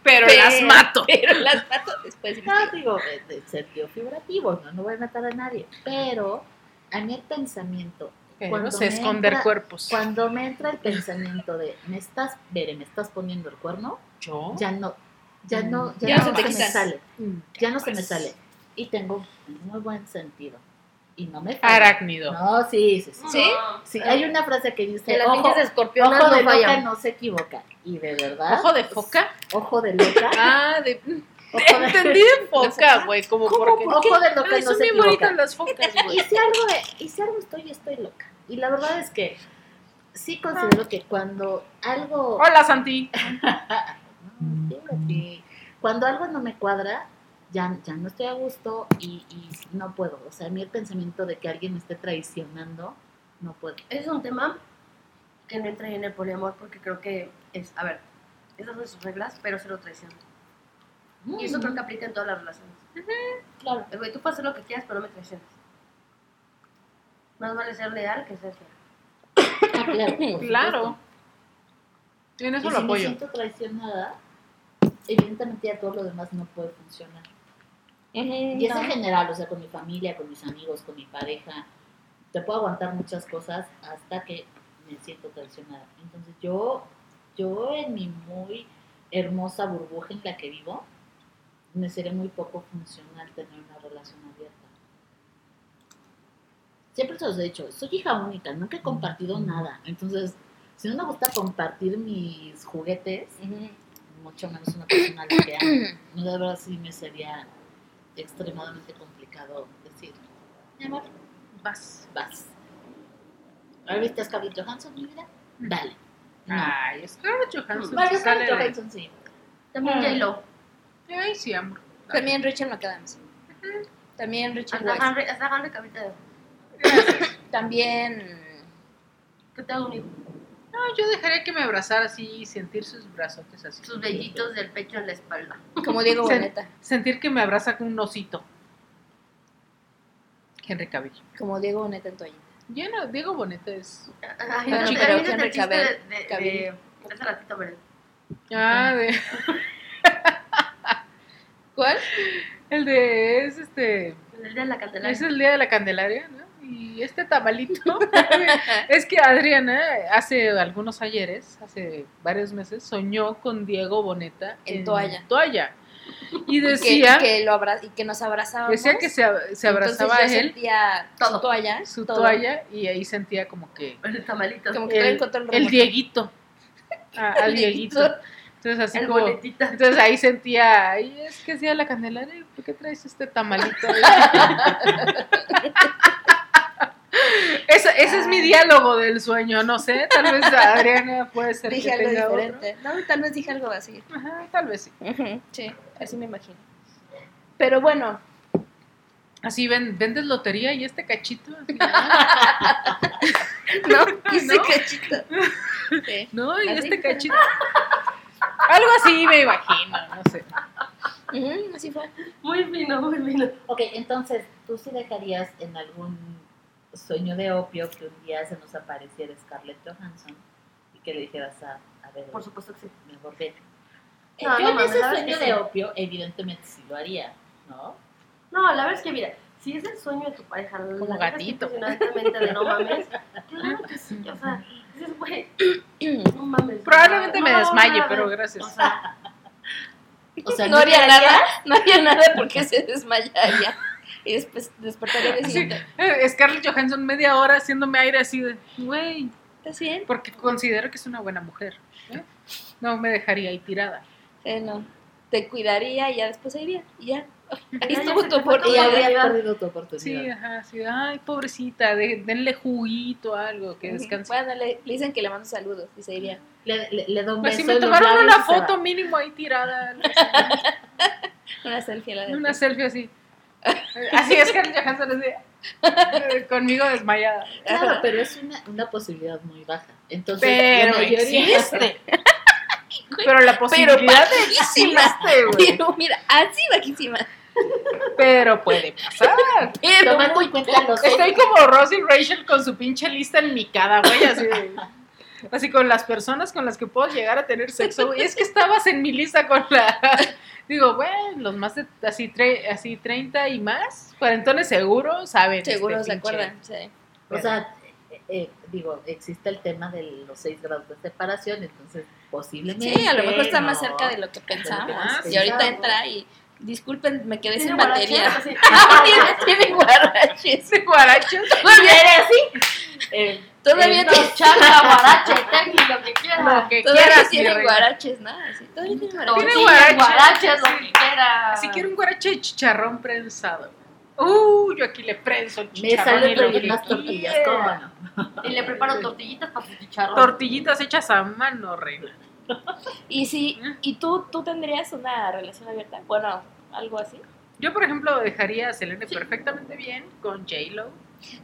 Pero, las mato.
(laughs) Pero las mato después.
No, digo, en el sentido figurativo, no, no voy a matar a nadie, pero a mí el pensamiento...
Pero
cuando
se
me
esconder
entra-
cuerpos.
Cuando me entra el pensamiento de, me estás, Bere, me estás poniendo el cuerno,
¿Yo?
ya no, ya no, ya,
Ya
no
se
se,
te Pues.
me
quitas.
sale,
Mm.
ya no se me sale. Y tengo muy buen sentido. Y no me falla.
Arácnido.
No, sí, sí, sí.
¿Sí?
No.
Sí, hay una frase que
Que
dice,
las
ojo,
pinches escorpionas
ojo de
no
loca
fallan.
no se equivoca. Y de verdad, Pues,
¿Ojo de
(laughs)
foca?
ojo de loca,
Ah, de... (laughs)
ojo de, (laughs)
entendí de foca, güey. Como
¿Cómo?
porque...
¿Por qué? Ojo de loca
Ay,
no
son
se
bien
equivoca.
bonitas las focas,
y
güey.
si algo, y si algo estoy, estoy loca. Y la verdad es que sí considero que cuando algo...
Hola, Santi.
No, fíjate, Cuando algo no me cuadra, ya, ya no estoy a gusto y, y no puedo. O sea, a mí el pensamiento de que alguien me esté traicionando, no puedo.
Ese es un tema que no entra en el poliamor porque creo que es, a ver, esas son sus reglas, pero se lo traicionan. Y
Mm.
eso creo que aplica en todas las relaciones.
Claro.
Eh, Güey, tú puedes hacer lo que quieras, pero no me traiciones. Más vale ser leal que ser fiel.
Ah, claro. (laughs) por supuesto.
Claro. En
Y
eso
si
lo
me
apoyo.
siento traicionada, evidentemente ya todo lo demás no puede funcionar.
Ujú,
Y es en
no.
general, o sea, con mi familia, con mis amigos, con mi pareja. Te puedo aguantar muchas cosas hasta que me siento traicionada. Entonces yo, yo en mi muy hermosa burbuja en la que vivo, me sería muy poco funcional tener una relación abierta. Siempre se los he dicho, soy hija única, nunca he compartido nada. Entonces, si no me gusta compartir mis juguetes,
Ujú.
mucho menos una persona a la que amo. No, de verdad sí me sería extremadamente complicado decir, mi amor,
Vas.
vas. ¿Ahora viste a Scarlett Johansson, mi vida?
Mm.
Dale. No.
Ah.
Ay, Scarlett Johansson.
Bueno,
sí sale
Scarlett
de-
Johansson sí.
También J-Lo.
Ay, sí, amor.
También Richard McAdams. También Richard
Hasta
Weiss.
Henry, hasta Henry Cavill te-
También.
que te haga un hijo.
No, yo dejaría que me abrazara así y sentir sus brazotes así.
Sus vellitos del pecho en la espalda.
(laughs)
Como Diego
Sí.
Boneta.
Sentir que me abraza con un osito. Henry Cavill.
Como Diego Boneta en toalla.
Yo no, Diego Boneta es.
Ay,
Pero
no,
sí,
te-
pero
a mí no
Henry
te chiste
Cavill-
de- de-
Cavill.
de- hace ratito, pero-
Ah, de.
(laughs) ¿Cuál?
El de. Es este.
el día de la candelaria.
Es el día de la Candelaria, ¿no? Y este
(laughs)
tamalito. es que Adriana hace algunos ayeres, hace varios meses, soñó con Diego Boneta
En toalla.
toalla. Y
(laughs) Que-
decía que,
Que, lo abra- y que nos abrazábamos.
decía que se, ab- se abrazaba
Entonces yo
a él,
sentía su
Todo.
toalla.
su
todo.
toalla, y ahí sentía como que
El tamalito.
Como que
el,
todo el control
el
remoto.
Dieguito. (laughs) A, a Dieguito. Entonces así
Ah, el
como.
boletita.
Entonces ahí sentía, ay, es que es día de la Candelaria, ¿por qué traes este tamalito? ahí?" (laughs) Eso- ese es mi diálogo del sueño, no sé, tal vez Adriana puede ser
Dije
que
algo
tenga otro.
diferente. No, tal vez dije algo así.
Ajá, tal vez sí.
Ujú, Sí, así
(laughs)
me imagino. Pero bueno,
Así ven, vendes lotería y este cachito,
(laughs)
así,
¿no? Hice
¿No?
cachito. Sí.
¿no? Y
Así.
este cachito. Algo así me imagino, no sé.
Ujú, así fue.
Muy fino, muy fino.
Ok, entonces, ¿tú sí dejarías en algún sueño de opio que un día se nos apareciera Scarlett Johansson y que le dijeras a, a ver,
Por supuesto que sí.
mejor vete? Eh,
No,
Yo
no
en
mames,
ese
la verdad
sueño
es que
de
sí.
opio, evidentemente sí lo haría, ¿no?
No, la verdad es que mira, si es el sueño de tu pareja, la
Como
verdad es que
gatito.
impresionantemente de no mames, claro que sí, o sea, dices, güey, no mames.
Probablemente
no,
me
no,
desmaye,
nada.
pero
O
gracias.
sea,
O sea,
no haría
llegaría-
nada, no haría nada porque se desmayaría. Y después despertaría el día
Sí.
siguiente.
Eh, Scarlett Johansson media hora haciéndome aire así de, güey,
¿Estás bien?
porque considero que es una buena mujer. ¿eh? No me dejaría ahí tirada.
Eh, no. Te cuidaría y ya después ahí bien. (laughs) Y ya. Ahí
ya
estuvo
se
tu
te fue
oportunidad.
todo.
Y habría
Oportunidad.
perdido tu oportunidad.
Sí, ajá, sí. Ay, pobrecita, de- denle juguito, algo, que descanse.
Bueno, le, le dicen que le mando saludos y se iría.
Le, le, le da un
Pues si
beso
me
en los
tomaron
labios
una
y se va.
foto mínimo ahí tirada, no sé,
Una selfie a la de
una selfie así. Así es que Johansson así, eh, conmigo desmayada.
Claro, pero es una, una posibilidad muy baja. Entonces,
Pero
la mayoría- (laughs)
existe. (laughs) Pero la posibilidad existe, güey.
(laughs) Pero mira, así bajísima.
Pero puede pasar.
Pero
Tomando en cuenta los
Estoy como Rosie Rachel con su pinche lista en mi cada, güey, así de- Así con las personas con las que puedo llegar a tener sexo, güey. Es que estabas en mi lista con la... Digo, bueno, los más de así, tre- así 30 y más, cuarentones seguro saben.
seguro
este
se
pinche-
acuerdan. Sí.
O sea, eh, eh, digo, existe el tema de los seis grados de separación, entonces posiblemente.
Sí, a lo mejor está
no.
más cerca de lo que
Ah,
pensamos.
sí.
Y ahorita entra y. Disculpen, me quedé
tiene
sin (laughs)
guarachera,
batería.
así.
Ah, tiene, (laughs) tiene guaraches.
Sí, guarachos.
Todavía
Eh,
todavía
no,
tiene-
Chaca, guarache, tenis, lo
Lo
que quieras.
que
Todavía
quieras, mi
tiene
reina.
guaraches, ¿no? Así, Todavía tiene guaraches.
Tiene
Tortillas,
guarache.
guaraches, lo
Sí.
que quieras.
Si quiero un guarache de chicharrón prensado. Uh, yo aquí le prenso el
me
chicharrón y
salen
lo
rellenas
que
tortillas,
quiera.
¿cómo no?
Y le preparo tortillitas para su chicharrón.
Tortillitas hechas a mano, reina.
Y si, ¿y tú, tú tendrías una relación abierta? Bueno, algo así.
Yo, por ejemplo, dejaría a Selene perfectamente bien con J-Lo.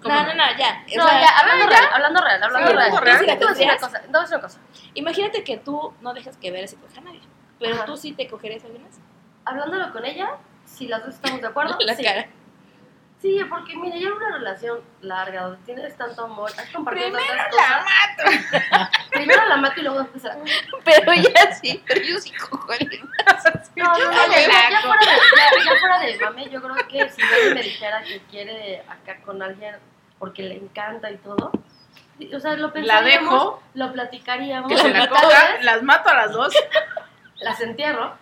¿Cómo
No, no, no, ya. O
No,
sea,
ya, hablando real, hablando real, hablando
Sí,
real.
hablando real.
Te voy a decir una
¿Tendrías?
cosa, te voy a decir una cosa.
Imagínate que tú no dejas que Vera se coja a nadie. Pero
Ajá.
tú sí te cogerías a alguien más.
Hablándolo con ella, si las dos estamos de acuerdo,
(laughs) La
sí.
cara.
Sí, porque mira, ya una relación larga donde tienes tanto amor, has compartido
Primero
tantas cosas. Primero (laughs) Primero la mato y luego después se la como.
Pero ya sí, pero yo sí cojo el
No, no, no,
me la
ya, ya fuera de, ya, ya fuera de mame, yo creo que si Betty me dijera que quiere acá con alguien porque le encanta y todo, o sea, lo
La
pensaríamos,
dejo,
lo platicaríamos,
que se la
tal
cobra,
vez
las mato a las dos.
las entierro.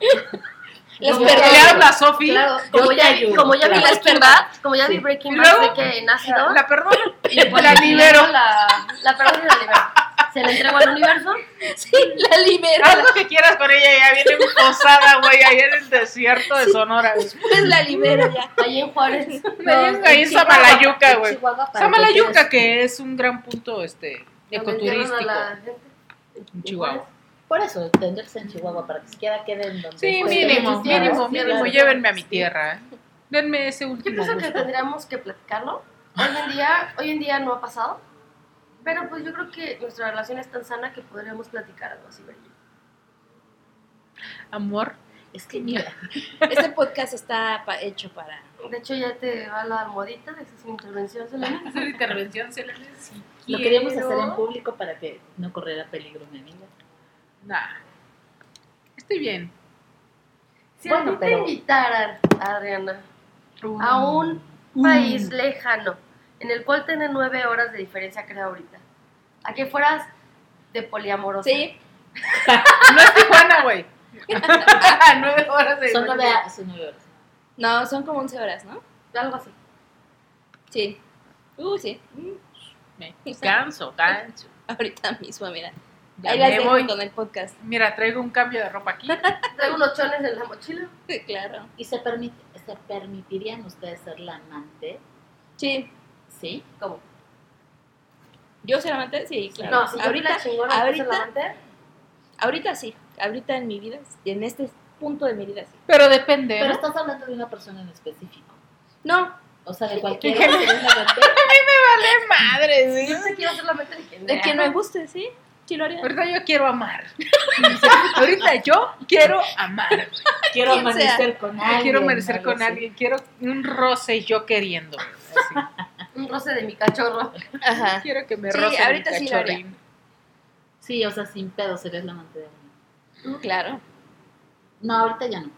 Las
Como-
perdono.
Pelearon la Sofi,
Claro,
Yo
como
te
ya,
ayudo,
como ya vi
claro.
Breaking Bad, como ya vi Breaking
¿Y
Bad,
luego?
sé que en ácido,
la perdono.
y pues,
la
y luego
libero.
La, la perdono y la libero. Se la entrego al universo,
Sí, la libero.
Haz lo que quieras con ella, ya viene posada, güey, ahí en el desierto de Sonora. güey.
Pues la libero ya.
ahí en
(laughs)
Juárez.
ahí en Samalayuca, güey.
Samalayuca.
Samalayuca, que es un gran punto este
donde entierran a
ecoturístico
la gente.
en Chihuahua.
Por eso, tendrse en Chihuahua, para que siquiera queden donde
Sí,
pues,
mínimo,
tenemos tierras,
mínimo,
tierras,
mínimo,
¿no?
llévenme a mi tierra. ¿eh? Denme ese
Yo
último
pienso que
gusto.
tendríamos que platicarlo. Hoy en día, hoy en día no ha pasado. Pero pues yo creo que nuestra relación es tan sana que podríamos platicar algo así, Belén.
Amor,
Es que mira,
Este podcast está pa- hecho para.
De hecho, ya te va la almohadita, esa es mi intervención, Selena.
esa intervención se le
lo queríamos hacer en público para que no corriera peligro mi amiga.
Nah. Estoy bien.
Si
Bueno,
a ti
pero-
te invitaran, Adriana, a un país lejano, en el cual tiene nueve horas de diferencia, creo, ahorita, a que fueras de poliamorosa.
Sí,
No es Tijuana,
(laughs)
güey. (laughs) Nueve horas de
Son nueve son nueve horas.
no, son como 11 horas, ¿no?
Algo así.
Sí. Uh, sí. Mm,
Me Canso, canso.
Ahorita mismo, mira.
Ya
Ahí las
me
dejo
voy.
con el podcast.
Mira, traigo un cambio de ropa
(laughs)
aquí.
Traigo unos chones en la mochila.
Claro.
¿Y se, permit, se permitirían ustedes ser la amante?
Sí.
¿Sí?
¿Cómo?
Yo solamente, sí, claro.
No, si yo vi
ahorita,
la chingona que se la
ahorita-
mandé,
ahorita sí. Ahorita en mi vida, en este punto de mi vida sí.
Pero depende,
Pero
¿no?
estás hablando de una persona en específico.
No,
O sea, de cualquier amante.
¡Qué madre, güey!
yo te quiero hacer la mente de quien
de quien me guste, ¿sí? Sí, lo haría.
Ahorita yo quiero amar. (laughs) Ahorita yo quiero amar.
Quiero
Quien sea.
amanecer con alguien.
quiero merecer con
algo así.
alguien. Quiero un roce yo queriendo. Así.
Un roce de mi cachorro.
Ajá.
Quiero que me
Sí,
roce mi
ahorita sí lo haría.
cachorrín.
Sí, o sea, sin pedo serías la amante de alguien.
Uh, Claro.
No, ahorita ya no.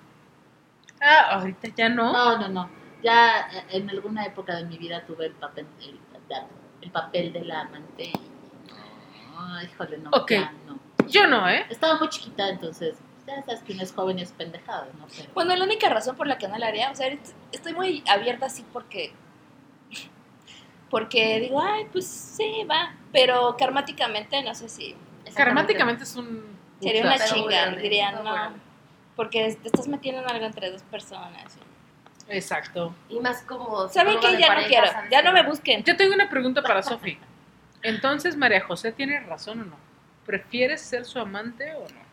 ah, ahorita ya no.
No, no, no. Ya eh, en alguna época de mi vida tuve el papel, el, el papel del amante. y No, híjole, no.
Ok.
ya no.
Yo no, ¿eh?
Estaba muy chiquita, entonces, ya sabes que uno es joven y es pendejado, ¿no? Pero,
Bueno, la única razón por la que no la haría, o sea, est- estoy muy abierta así porque. Porque digo, ay, pues sí, va. Pero karmáticamente, no sé si.
Karmáticamente es un...
Sería
puta.
una
Pero
chinga,
grande,
diría,
muy
no.
grande.
Porque es- te estás metiendo en algo entre dos personas. ¿sí?
Exacto.
Y más como.
¿Saben
psicóloga
qué?
de
Ya no
pareja,
quiero,
¿sabes
ya
qué?
no me busquen.
Yo tengo una pregunta para Sofi. Entonces, María José tiene razón o no. ¿Prefieres ser su amante o no?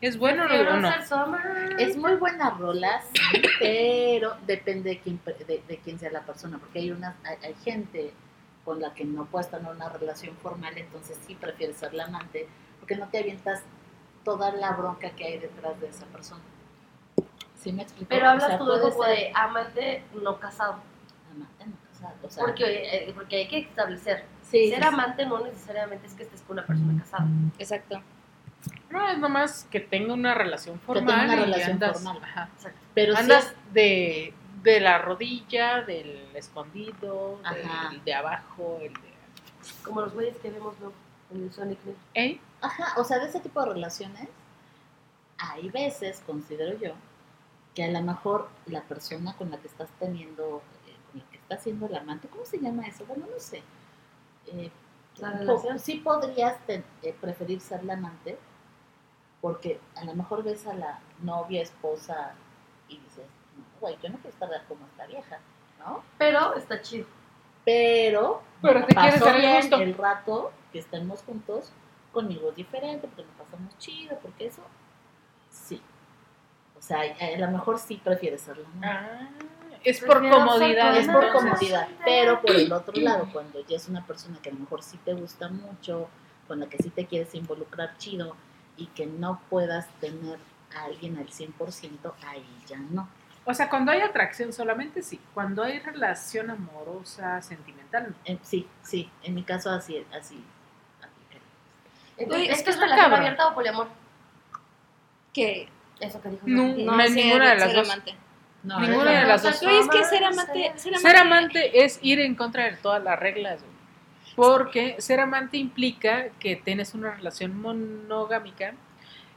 ¿Es bueno
Quiero
o no?
ser su
Eh,
amante.
es muy buena rola,
(laughs)
sí, pero depende de quién, pre- de, de quién sea la persona, porque hay, una, hay, hay gente con la que no puedes tener una relación formal, entonces sí prefieres ser la amante, porque no te avientas toda la bronca que hay detrás de esa persona. ¿Sí me explico?
Pero
O
hablas
sea,
tú
puede
como
ser
de amante no casado.
amante, no casado, o sea,
Porque, eh, porque hay que establecer.
sí, sí,
Ser
sí.
amante no necesariamente es que estés con una persona casada.
Exacto.
No, es nomás que tenga una relación
tenga
formal.
una
y
relación
andas,
formal.
ajá.
pero sí
Andas de, de la rodilla, del escondido, del
Ajá.
de abajo, el de...
Como los güeyes que vemos luego en el Sonic. ¿no?
¿Eh?
Ajá, o sea, de ese tipo de relaciones, hay veces, considero yo, que a lo mejor la persona con la que estás teniendo, eh, con la que estás siendo el amante, ¿cómo se llama eso? Bueno, no sé. Eh,
La
po-
relación.
sí podrías te- eh, preferir ser la amante, porque a lo mejor ves a la novia, esposa, y dices, no, güey, yo no quiero estar como esta vieja, ¿no?
Pero está chido.
Pero,
Pero
me
te quieres
pasó
dar el
bien
gusto.
el rato que estemos juntos conmigo es diferente, porque nos pasamos chido, porque eso, sí. O sea, a a lo mejor sí prefieres ser la mamá.
es por
Prefiero ser
comodidad.
tu
Es por
Ah,
entonces.
comodidad, pero por el otro lado, cuando ya es una persona que a lo mejor sí te gusta mucho, con la que sí te quieres involucrar chido y que no puedas tener a alguien al 100%, ahí ya no.
O sea, cuando hay atracción solamente sí. Cuando hay relación amorosa, sentimental, no.
Eh, sí, sí, en mi caso así, así. aplicaría.
Entonces,
Güey,
¿Es
es
que
que
es
está
relación
cabrón.
abierta o poliamor?
Que
Eso que dijo.
No.
Yuri.
no
No,
ser-
ninguna de las
ser
dos.
amante.
No,
Ninguna
eso
de
no.
las
No,
dos.
o sea,
Güey, es que
amar,
ser amante, ser amante,
Ser amante es ir en contra de todas las reglas, güey. Porque ser amante implica que tienes una relación monogámica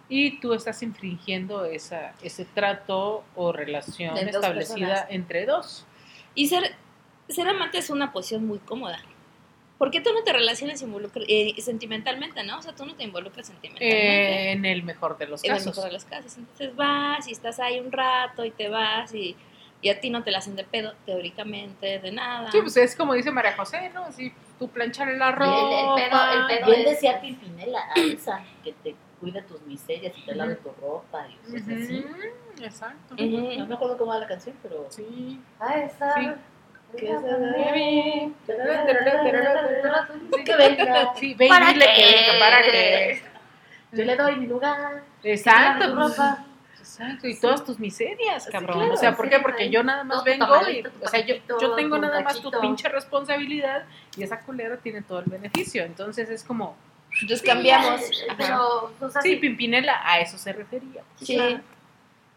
y tú estás infringiendo esa, ese trato o relación
De dos
establecida
personas.
entre dos.
Y ser, ser amante es una posición muy cómoda. Porque tú no te relacionas involucra- eh, sentimentalmente, ¿no? O sea, tú no te involucras
Eh,
sentimentalmente.
en el mejor de los
en el mejor
casos.
de los casos. Entonces vas y estás ahí un rato y te vas y, y a ti no te la hacen de pedo, teóricamente, de nada.
Sí, pues es como dice María José, ¿no? Así tú planchar el
El,
arroz.
el pedo, el pedo.
Bien
es-
decía
(clears throat)
Pimpinela, Alza, que te cuide tus miserias y te lave tu ropa y cosas así.
Exacto.
No me acuerdo cómo va la canción, pero...
Sí.
Ah, esa.
Sí.
Que se
Que
Que venga.
Sí, ve y
¿Para
dile
qué?
que venga, para que.
Yo le doy mi lugar.
Exacto.
tu
pues,
ropa.
Exacto, y todas tus miserias,
Sí,
cabrón.
claro,
o sea, ¿por
sí,
qué? Porque
ahí.
yo nada más
Todo tu
vengo
tamalito,
y,
tu
o sea, yo,
taquito,
yo tengo
tu
nada más tu
taquito.
pinche responsabilidad y esa culera tiene todo el beneficio. Entonces es como,
Entonces cambiamos.
Pero, o sea,
sí,
sí.
Pimpinela, a eso se refería.
Sí.
claro.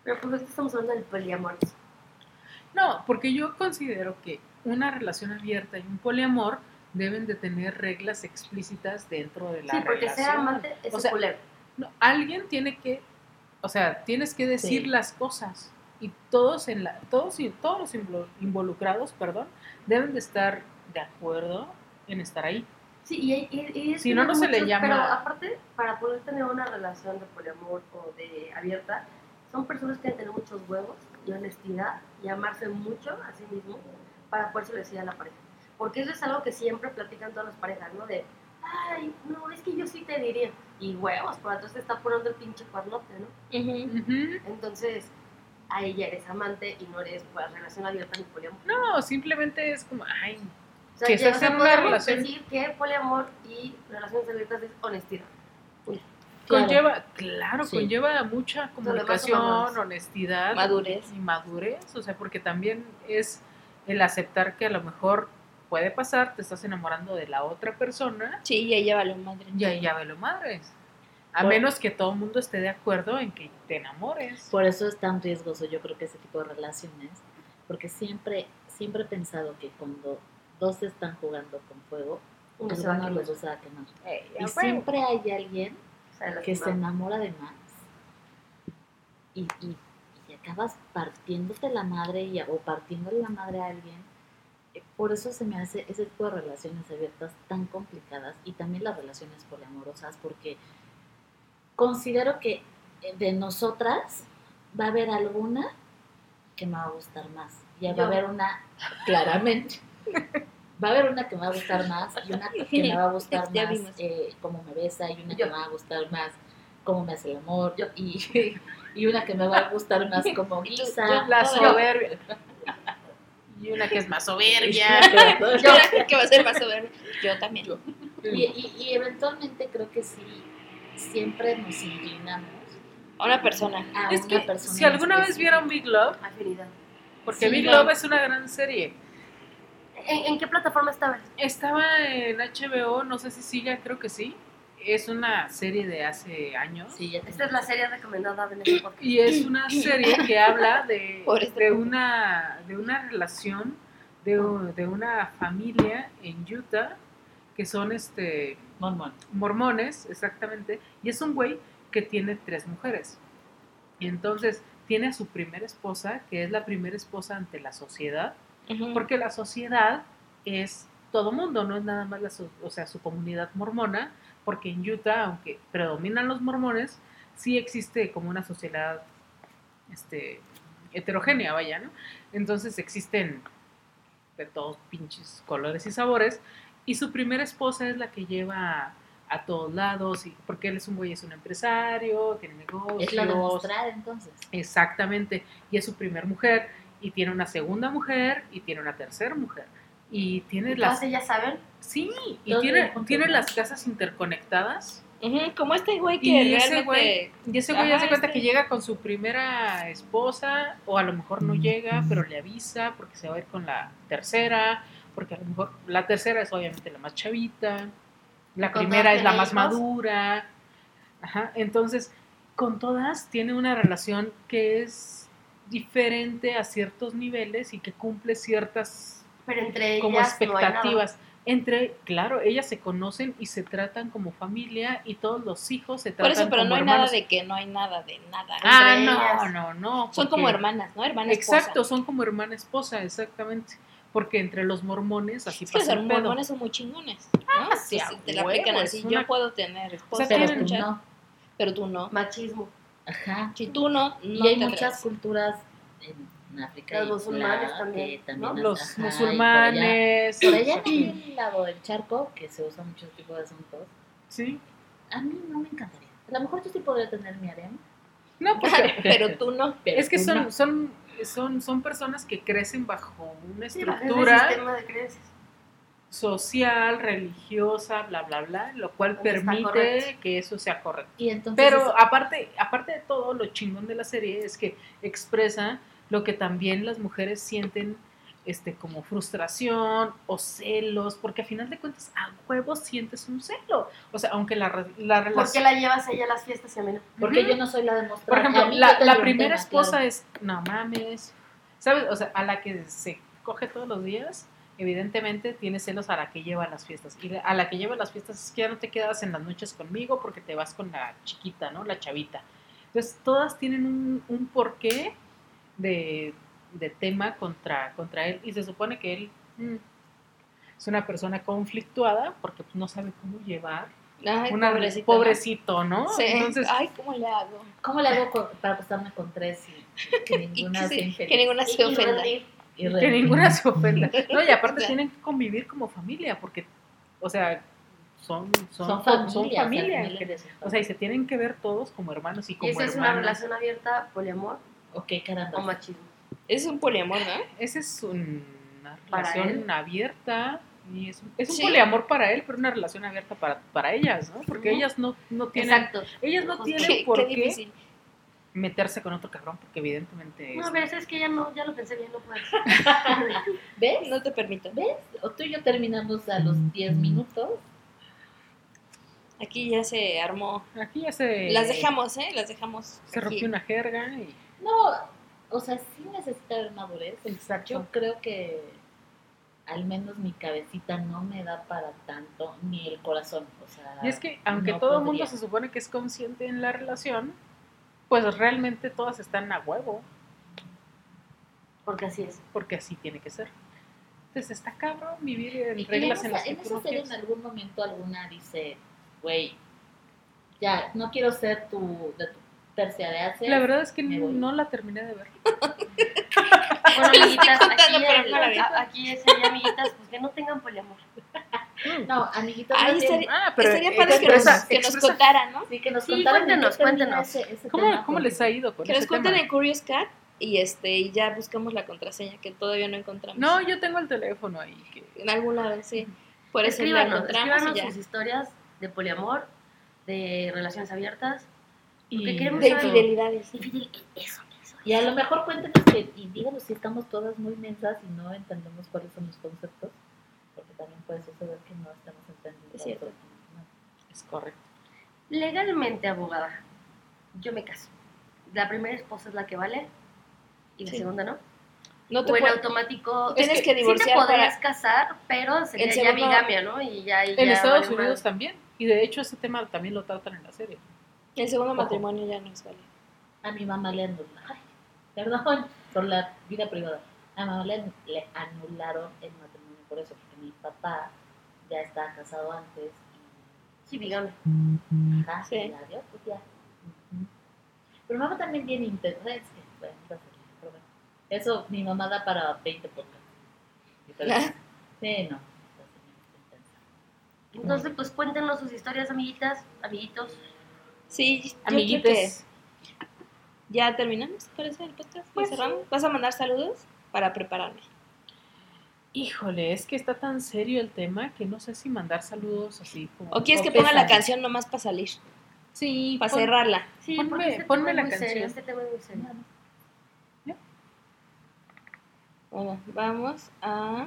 Pero pues es que estamos hablando del poliamor.
No, porque yo considero que una relación abierta y un poliamor deben de tener reglas explícitas dentro de la
Sí, porque
relación.
ser amante es
O sea,
un culero.
No, alguien tiene que, o sea, tienes que decir
Sí.
las cosas y todos en la, todos y todos los invol- involucrados, perdón, deben de estar de acuerdo en estar ahí.
Sí, y, hay- y- y es
Si
que
no,
luego
no se le
muchos-
llama-
Pero aparte, para poder tener una relación de poliamor o de abierta, son personas que tienen que tener muchos huevos y honestidad y amarse mucho a sí mismo para poderse lo decir a la pareja. Porque eso es algo que siempre platican todas las parejas, ¿no? De, ay, no, es que yo sí te diría. Y huevos, por atrás te está poniendo el pinche cuernote, ¿no?
Ujú.
Entonces, ahí ya eres amante y no eres pues, relación abierta ni poliamor.
No, simplemente es como, ay,
O sea,
Que
ya,
estás en una
podemos
relación-
decir que poliamor y relaciones abiertas es honestidad.
conlleva, claro,
Sí.
conlleva mucha
demás son
comunicación,
valores.
honestidad,
Madurez.
y madurez, o sea, porque también es el aceptar que a lo mejor puede pasar, te estás enamorando de la otra persona
Sí, y ella valió madre.
y
(laughs)
ahí ya ve lo madres. A
Bueno.
menos que todo el mundo esté de acuerdo en que te enamores.
Por eso es tan riesgoso yo creo que ese tipo de relaciones, porque siempre, siempre he pensado que cuando dos están jugando con fuego,
Uno se va a
alguno
quemar.
de los dos se va a quemar.
Ey,
Y
a huevo.
siempre hay alguien
O sea, las
que se
mamás.
enamora de más y, y- y acabas partiéndote la madre y, o partiéndole la madre a alguien. Eh, Por eso se me hace ese tipo de relaciones abiertas tan complicadas y también las relaciones poliamorosas, porque considero que eh, de nosotras va a haber alguna que me va a gustar más. Ya va
Yo.
a haber una, claramente. Va a haber una que me va a gustar más y una que me va a gustar
Ya
más
vimos.
eh, cómo me besa y una que
Yo.
me va a gustar más cómo me hace el amor yo- y, y una que me va a gustar más como guisa.
La
Yo-
soberbia. (laughs) Y una que es más (laughs) soberbia.
Yo creo que va a ser más soberbia. Yo también.
Y, y- y eventualmente creo que sí, siempre nos inclinamos
A una persona.
a
Es
una
que
persona.
si alguna
en
vez vieron Big Love,
Afinidad.
porque
Sí,
Big
claro.
Love es una gran serie.
¿En, en qué plataforma estabas?
Estaba en HBO, no sé si siga, creo que sí. Es una serie de hace
específico.
años.
Sí, ya
Esta es la serie recomendada en este podcast.
Y es una serie que habla de,
Por este
de, una, de una relación de, u- de una familia en Utah que son este
Mon, mon.
mormones, exactamente, y es un güey que tiene tres mujeres. Y entonces tiene a su primera esposa, que es la primera esposa ante la sociedad,
Ujú.
porque la sociedad es todo mundo, no es nada más la, so- o sea, su comunidad mormona, porque en Utah, aunque predominan los mormones, sí existe como una sociedad este, heterogénea, vaya, ¿no? Entonces existen de todos pinches colores y sabores, y su primera esposa es la que lleva a todos lados, y, porque él es un güey, es un empresario, tiene negocios,
Es la de mostrar entonces.
Exactamente, y es su primer mujer, y tiene una segunda mujer, y tiene una tercera mujer, y tiene las...
Entonces ya saben,
Sí, y
Todos
tiene,
viven juntos,
tiene
¿no?
las casas interconectadas,
Ujú, Como este güey que
y
realmente.
ese güey, y ese güey
Ajá,
hace cuenta
este.
que llega con su primera esposa, o a lo mejor no llega, pero le avisa porque se va a ir con la tercera, porque a lo mejor la tercera es obviamente la más chavita, La
Con
primera
todas
es la
tiene
más
hijos.
madura. Ajá. Entonces, con todas tiene una relación que es diferente a ciertos niveles y que cumple ciertas
Pero entre
como
ellas no hay nada.
expectativas. Entre, claro, ellas se conocen y se tratan como familia y todos los hijos se
Por
tratan
eso, pero
como
no hay
hermanos.
nada de que no hay nada de nada.
Ah,
entre
no,
ellas.
no, no.
Son como
porque-
hermanas, ¿no? Hermanas.
Exacto, son como hermana esposa, exactamente. Porque entre los mormones así
Es que los
pasa el pedo. Ah,
hormones son muy chingones. ¿no?
sí, a
Entonces, te la
huevo,
aplican
es
así.
una-
Yo puedo tener esposa,
sea,
pero
tienen-
tú
muchacha,
no.
pero tú no.
Machismo.
Ajá.
Si tú no, no
y hay
te
muchas
atreves.
culturas en, en África.
Los
y
musulmanes
la-
también,
que
¿no?
las-
Los
ajá, y por allá-
musulmanes.
Por allá en el lado del charco, que se usa muchos tipos de asuntos,
Sí.
a mí no me encantaría. A lo mejor yo sí podría tener mi harem. (laughs)
No, porque
pero
(laughs)
tú no.
pero
es que
tú
son,
no.
son, son, son personas que crecen bajo una
Sí, bajo ese
estructura
sistema de creencias.
social, religiosa, bla, bla, bla, lo cual
Donde está
permite
correcto.
que eso sea correcto.
Y entonces,
Pero aparte, aparte de todo, lo chingón de la serie es que expresa lo que también las mujeres sienten este, como frustración o celos, porque a final de cuentas a huevos sientes un celo. O sea, aunque la, re- la
¿Por qué
relación...
la llevas a ella a las fiestas y a mí no?
porque yo no soy la demostrada.
Por
A
ejemplo,
mí
la,
yo
la
tengo un
primera
tema,
esposa
claro.
es, no mames, ¿sabes? O sea, a la que se coge todos los días, evidentemente tiene celos a la que lleva a las fiestas. Y la- a la que lleva a las fiestas es que ya no te quedas en las noches conmigo porque te vas con la chiquita, ¿no? La chavita. Entonces, todas tienen un, un porqué de, de tema contra, contra él. Y se supone que él mm, es una persona conflictuada porque pues, no sabe cómo llevar
Ay,
una
pobrecita, ¿no?
pobrecito, ¿no?
Sí.
Entonces,
Ay, ¿cómo le hago?
¿Cómo le hago con- para acostarme con tres
(laughs)
y que
Y
ninguna
que,
se
se-
infeliz?
que ninguna
Y-
se
y
ofenda.
rendir.
Y
que
realmente-
ninguna se ofenda. No, y
O
aparte
sea.
tienen que convivir como familia, porque, o sea, son, son,
Son
son
familia.
familia.
o sea, al final
que-
eres un
o sea, y se tienen que ver todos como hermanos y
Y
como
esa es una
hermanas.
relación abierta, poliamor
Ok,
o
caramba.
machismo.
Es un poliamor, ¿no?
Esa es una
Para
relación
él.
abierta. Y es, un- es un
Sí.
poliamor para él, pero una relación abierta para, para ellas, ¿no? Porque
Ujú.
ellas no, no tienen,
Exacto.
ellas no
Qué-
tienen
Qué,
por
qué
qué,
difícil.
meterse con otro cabrón, porque evidentemente
No,
es-
pero es que ya no, ya lo pensé bien, no puedo.
¿Ves? No te permito.
O tú y yo terminamos a los 10
Mm.
minutos.
Aquí ya se armó.
aquí ya se,
Las dejamos, ¿eh? Las dejamos.
se
aquí.
rompió una jerga y
No, o sea, sí necesita haber madurez.
Exacto.
Yo creo que al menos mi cabecita no me da para tanto, ni el corazón. O sea,
Y es que aunque
Ah, no
todo el
podría.
mundo se supone que es consciente en la relación, pues realmente todas están a huevo,
Porque así es.
porque así tiene que ser. Entonces está cabrón vivir en
Y- y
reglas
en
en las
esa,
que
en
tú
esa
no
serie en
quieres.
algún momento alguna dice, güey, ya, no quiero ser tu, de tu tercia de hace.
La verdad es que
Me voy.
no la terminé de ver.
Bueno, amiguitas,
contando,
aquí,
pero
el-
no la vi.
a- aquí es el día, amiguitas, pues que no tengan poliamor.
No, amiguitos,
Ay,
más bien,
estaría-
Ah,
Eh, Estaría padre que,
expresa-
nos, que nos
expresa-
contaran, ¿no?
sí, que nos
Sí,
contaran en qué
cuéntenos,
termina
cuéntenos.
ese- ese tema,
¿Cómo, cómo les ha ido con
Que
ese
nos cuenten
tema?
en Curious Cat y, este, y ya buscamos la contraseña que todavía no encontramos.
No, yo tengo el teléfono ahí. que-
En algún lado, sí. Por eso la
Escríbanos,
encontramos
escríbanos
y ya.
sus historias de poliamor, de relaciones abiertas.
y-
queremos
De
saber-
infidelidades.
Eso, eso.
Y a lo mejor cuéntenos que, y díganos si estamos todas muy mensas y no entendemos cuáles son los conceptos, porque también puede suceder que no estamos entendiendo.
Es cierto.
No.
Es correcto.
Legalmente, abogada, yo me caso. La primera esposa es la que vale y la
Sí.
segunda no.
No te
o en
puedo-
automático.
Tienes
es
que
Sí te
divorciar
podrías casar, pero sería
El
ya
segundo-
bigamia, ¿no? Y ya, y
En
ya
Estados
vale
Unidos
madre.
también. Y de hecho ese tema también lo tratan en la serie.
El segundo matrimonio ya no es válido.
A mi mamá le anularon, ay, perdón, por la vida privada. A mi mamá le, le anularon el matrimonio por eso, porque mi papá ya estaba casado antes
Sí, bigamia.
y ajá,
Sí.
y adiós, pues ya. Ujú. Pero mi mamá también tiene internet, es que, bueno, no sé, pero bueno. Eso mi mamá da para 20 podcasts. Y tal vez- Sí, no. esta señora es intensa.
Entonces, pues cuéntenos sus historias, amiguitas, amiguitos.
Sí, yo creo que
Amiguitos.
ya terminamos, parece, el podcast. ¿Ya
Pues sí.
cerramos. ¿Vas a mandar saludos? Para prepararme.
Híjole, es que está tan serio el tema que no sé si mandar saludos así como...
¿O quieres que
O
ponga la
pésame.
canción nomás para salir?
Sí,
Para
pon-
cerrarla.
Sí,
Ponme-
porque este
ponme
tema es
la
muy serio,
canción.
Este tema es muy serio.
Bueno, vamos a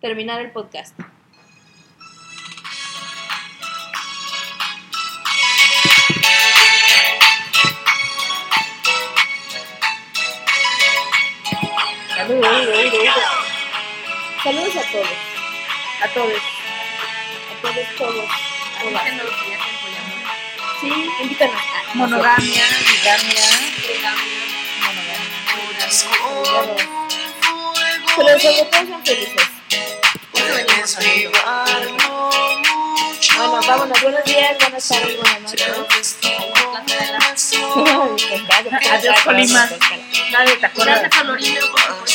terminar el podcast.
Duro, duro, duro, duro. Saludos a todos. A todos. A todos, todos. todas.
Avísenos si ya hacen poliamor.
Sí, invítanos. Ah,
Monogamia, bigamia.
claro. Pero sobre todo sean felices.
Eso venimos hablando.
Bueno, vámonos. Buenos días, buenas tardes, buenas noches.
Oh, Adiós, Colima. Nadie te acuerda.
Gracias, Florina, por apoyarnos.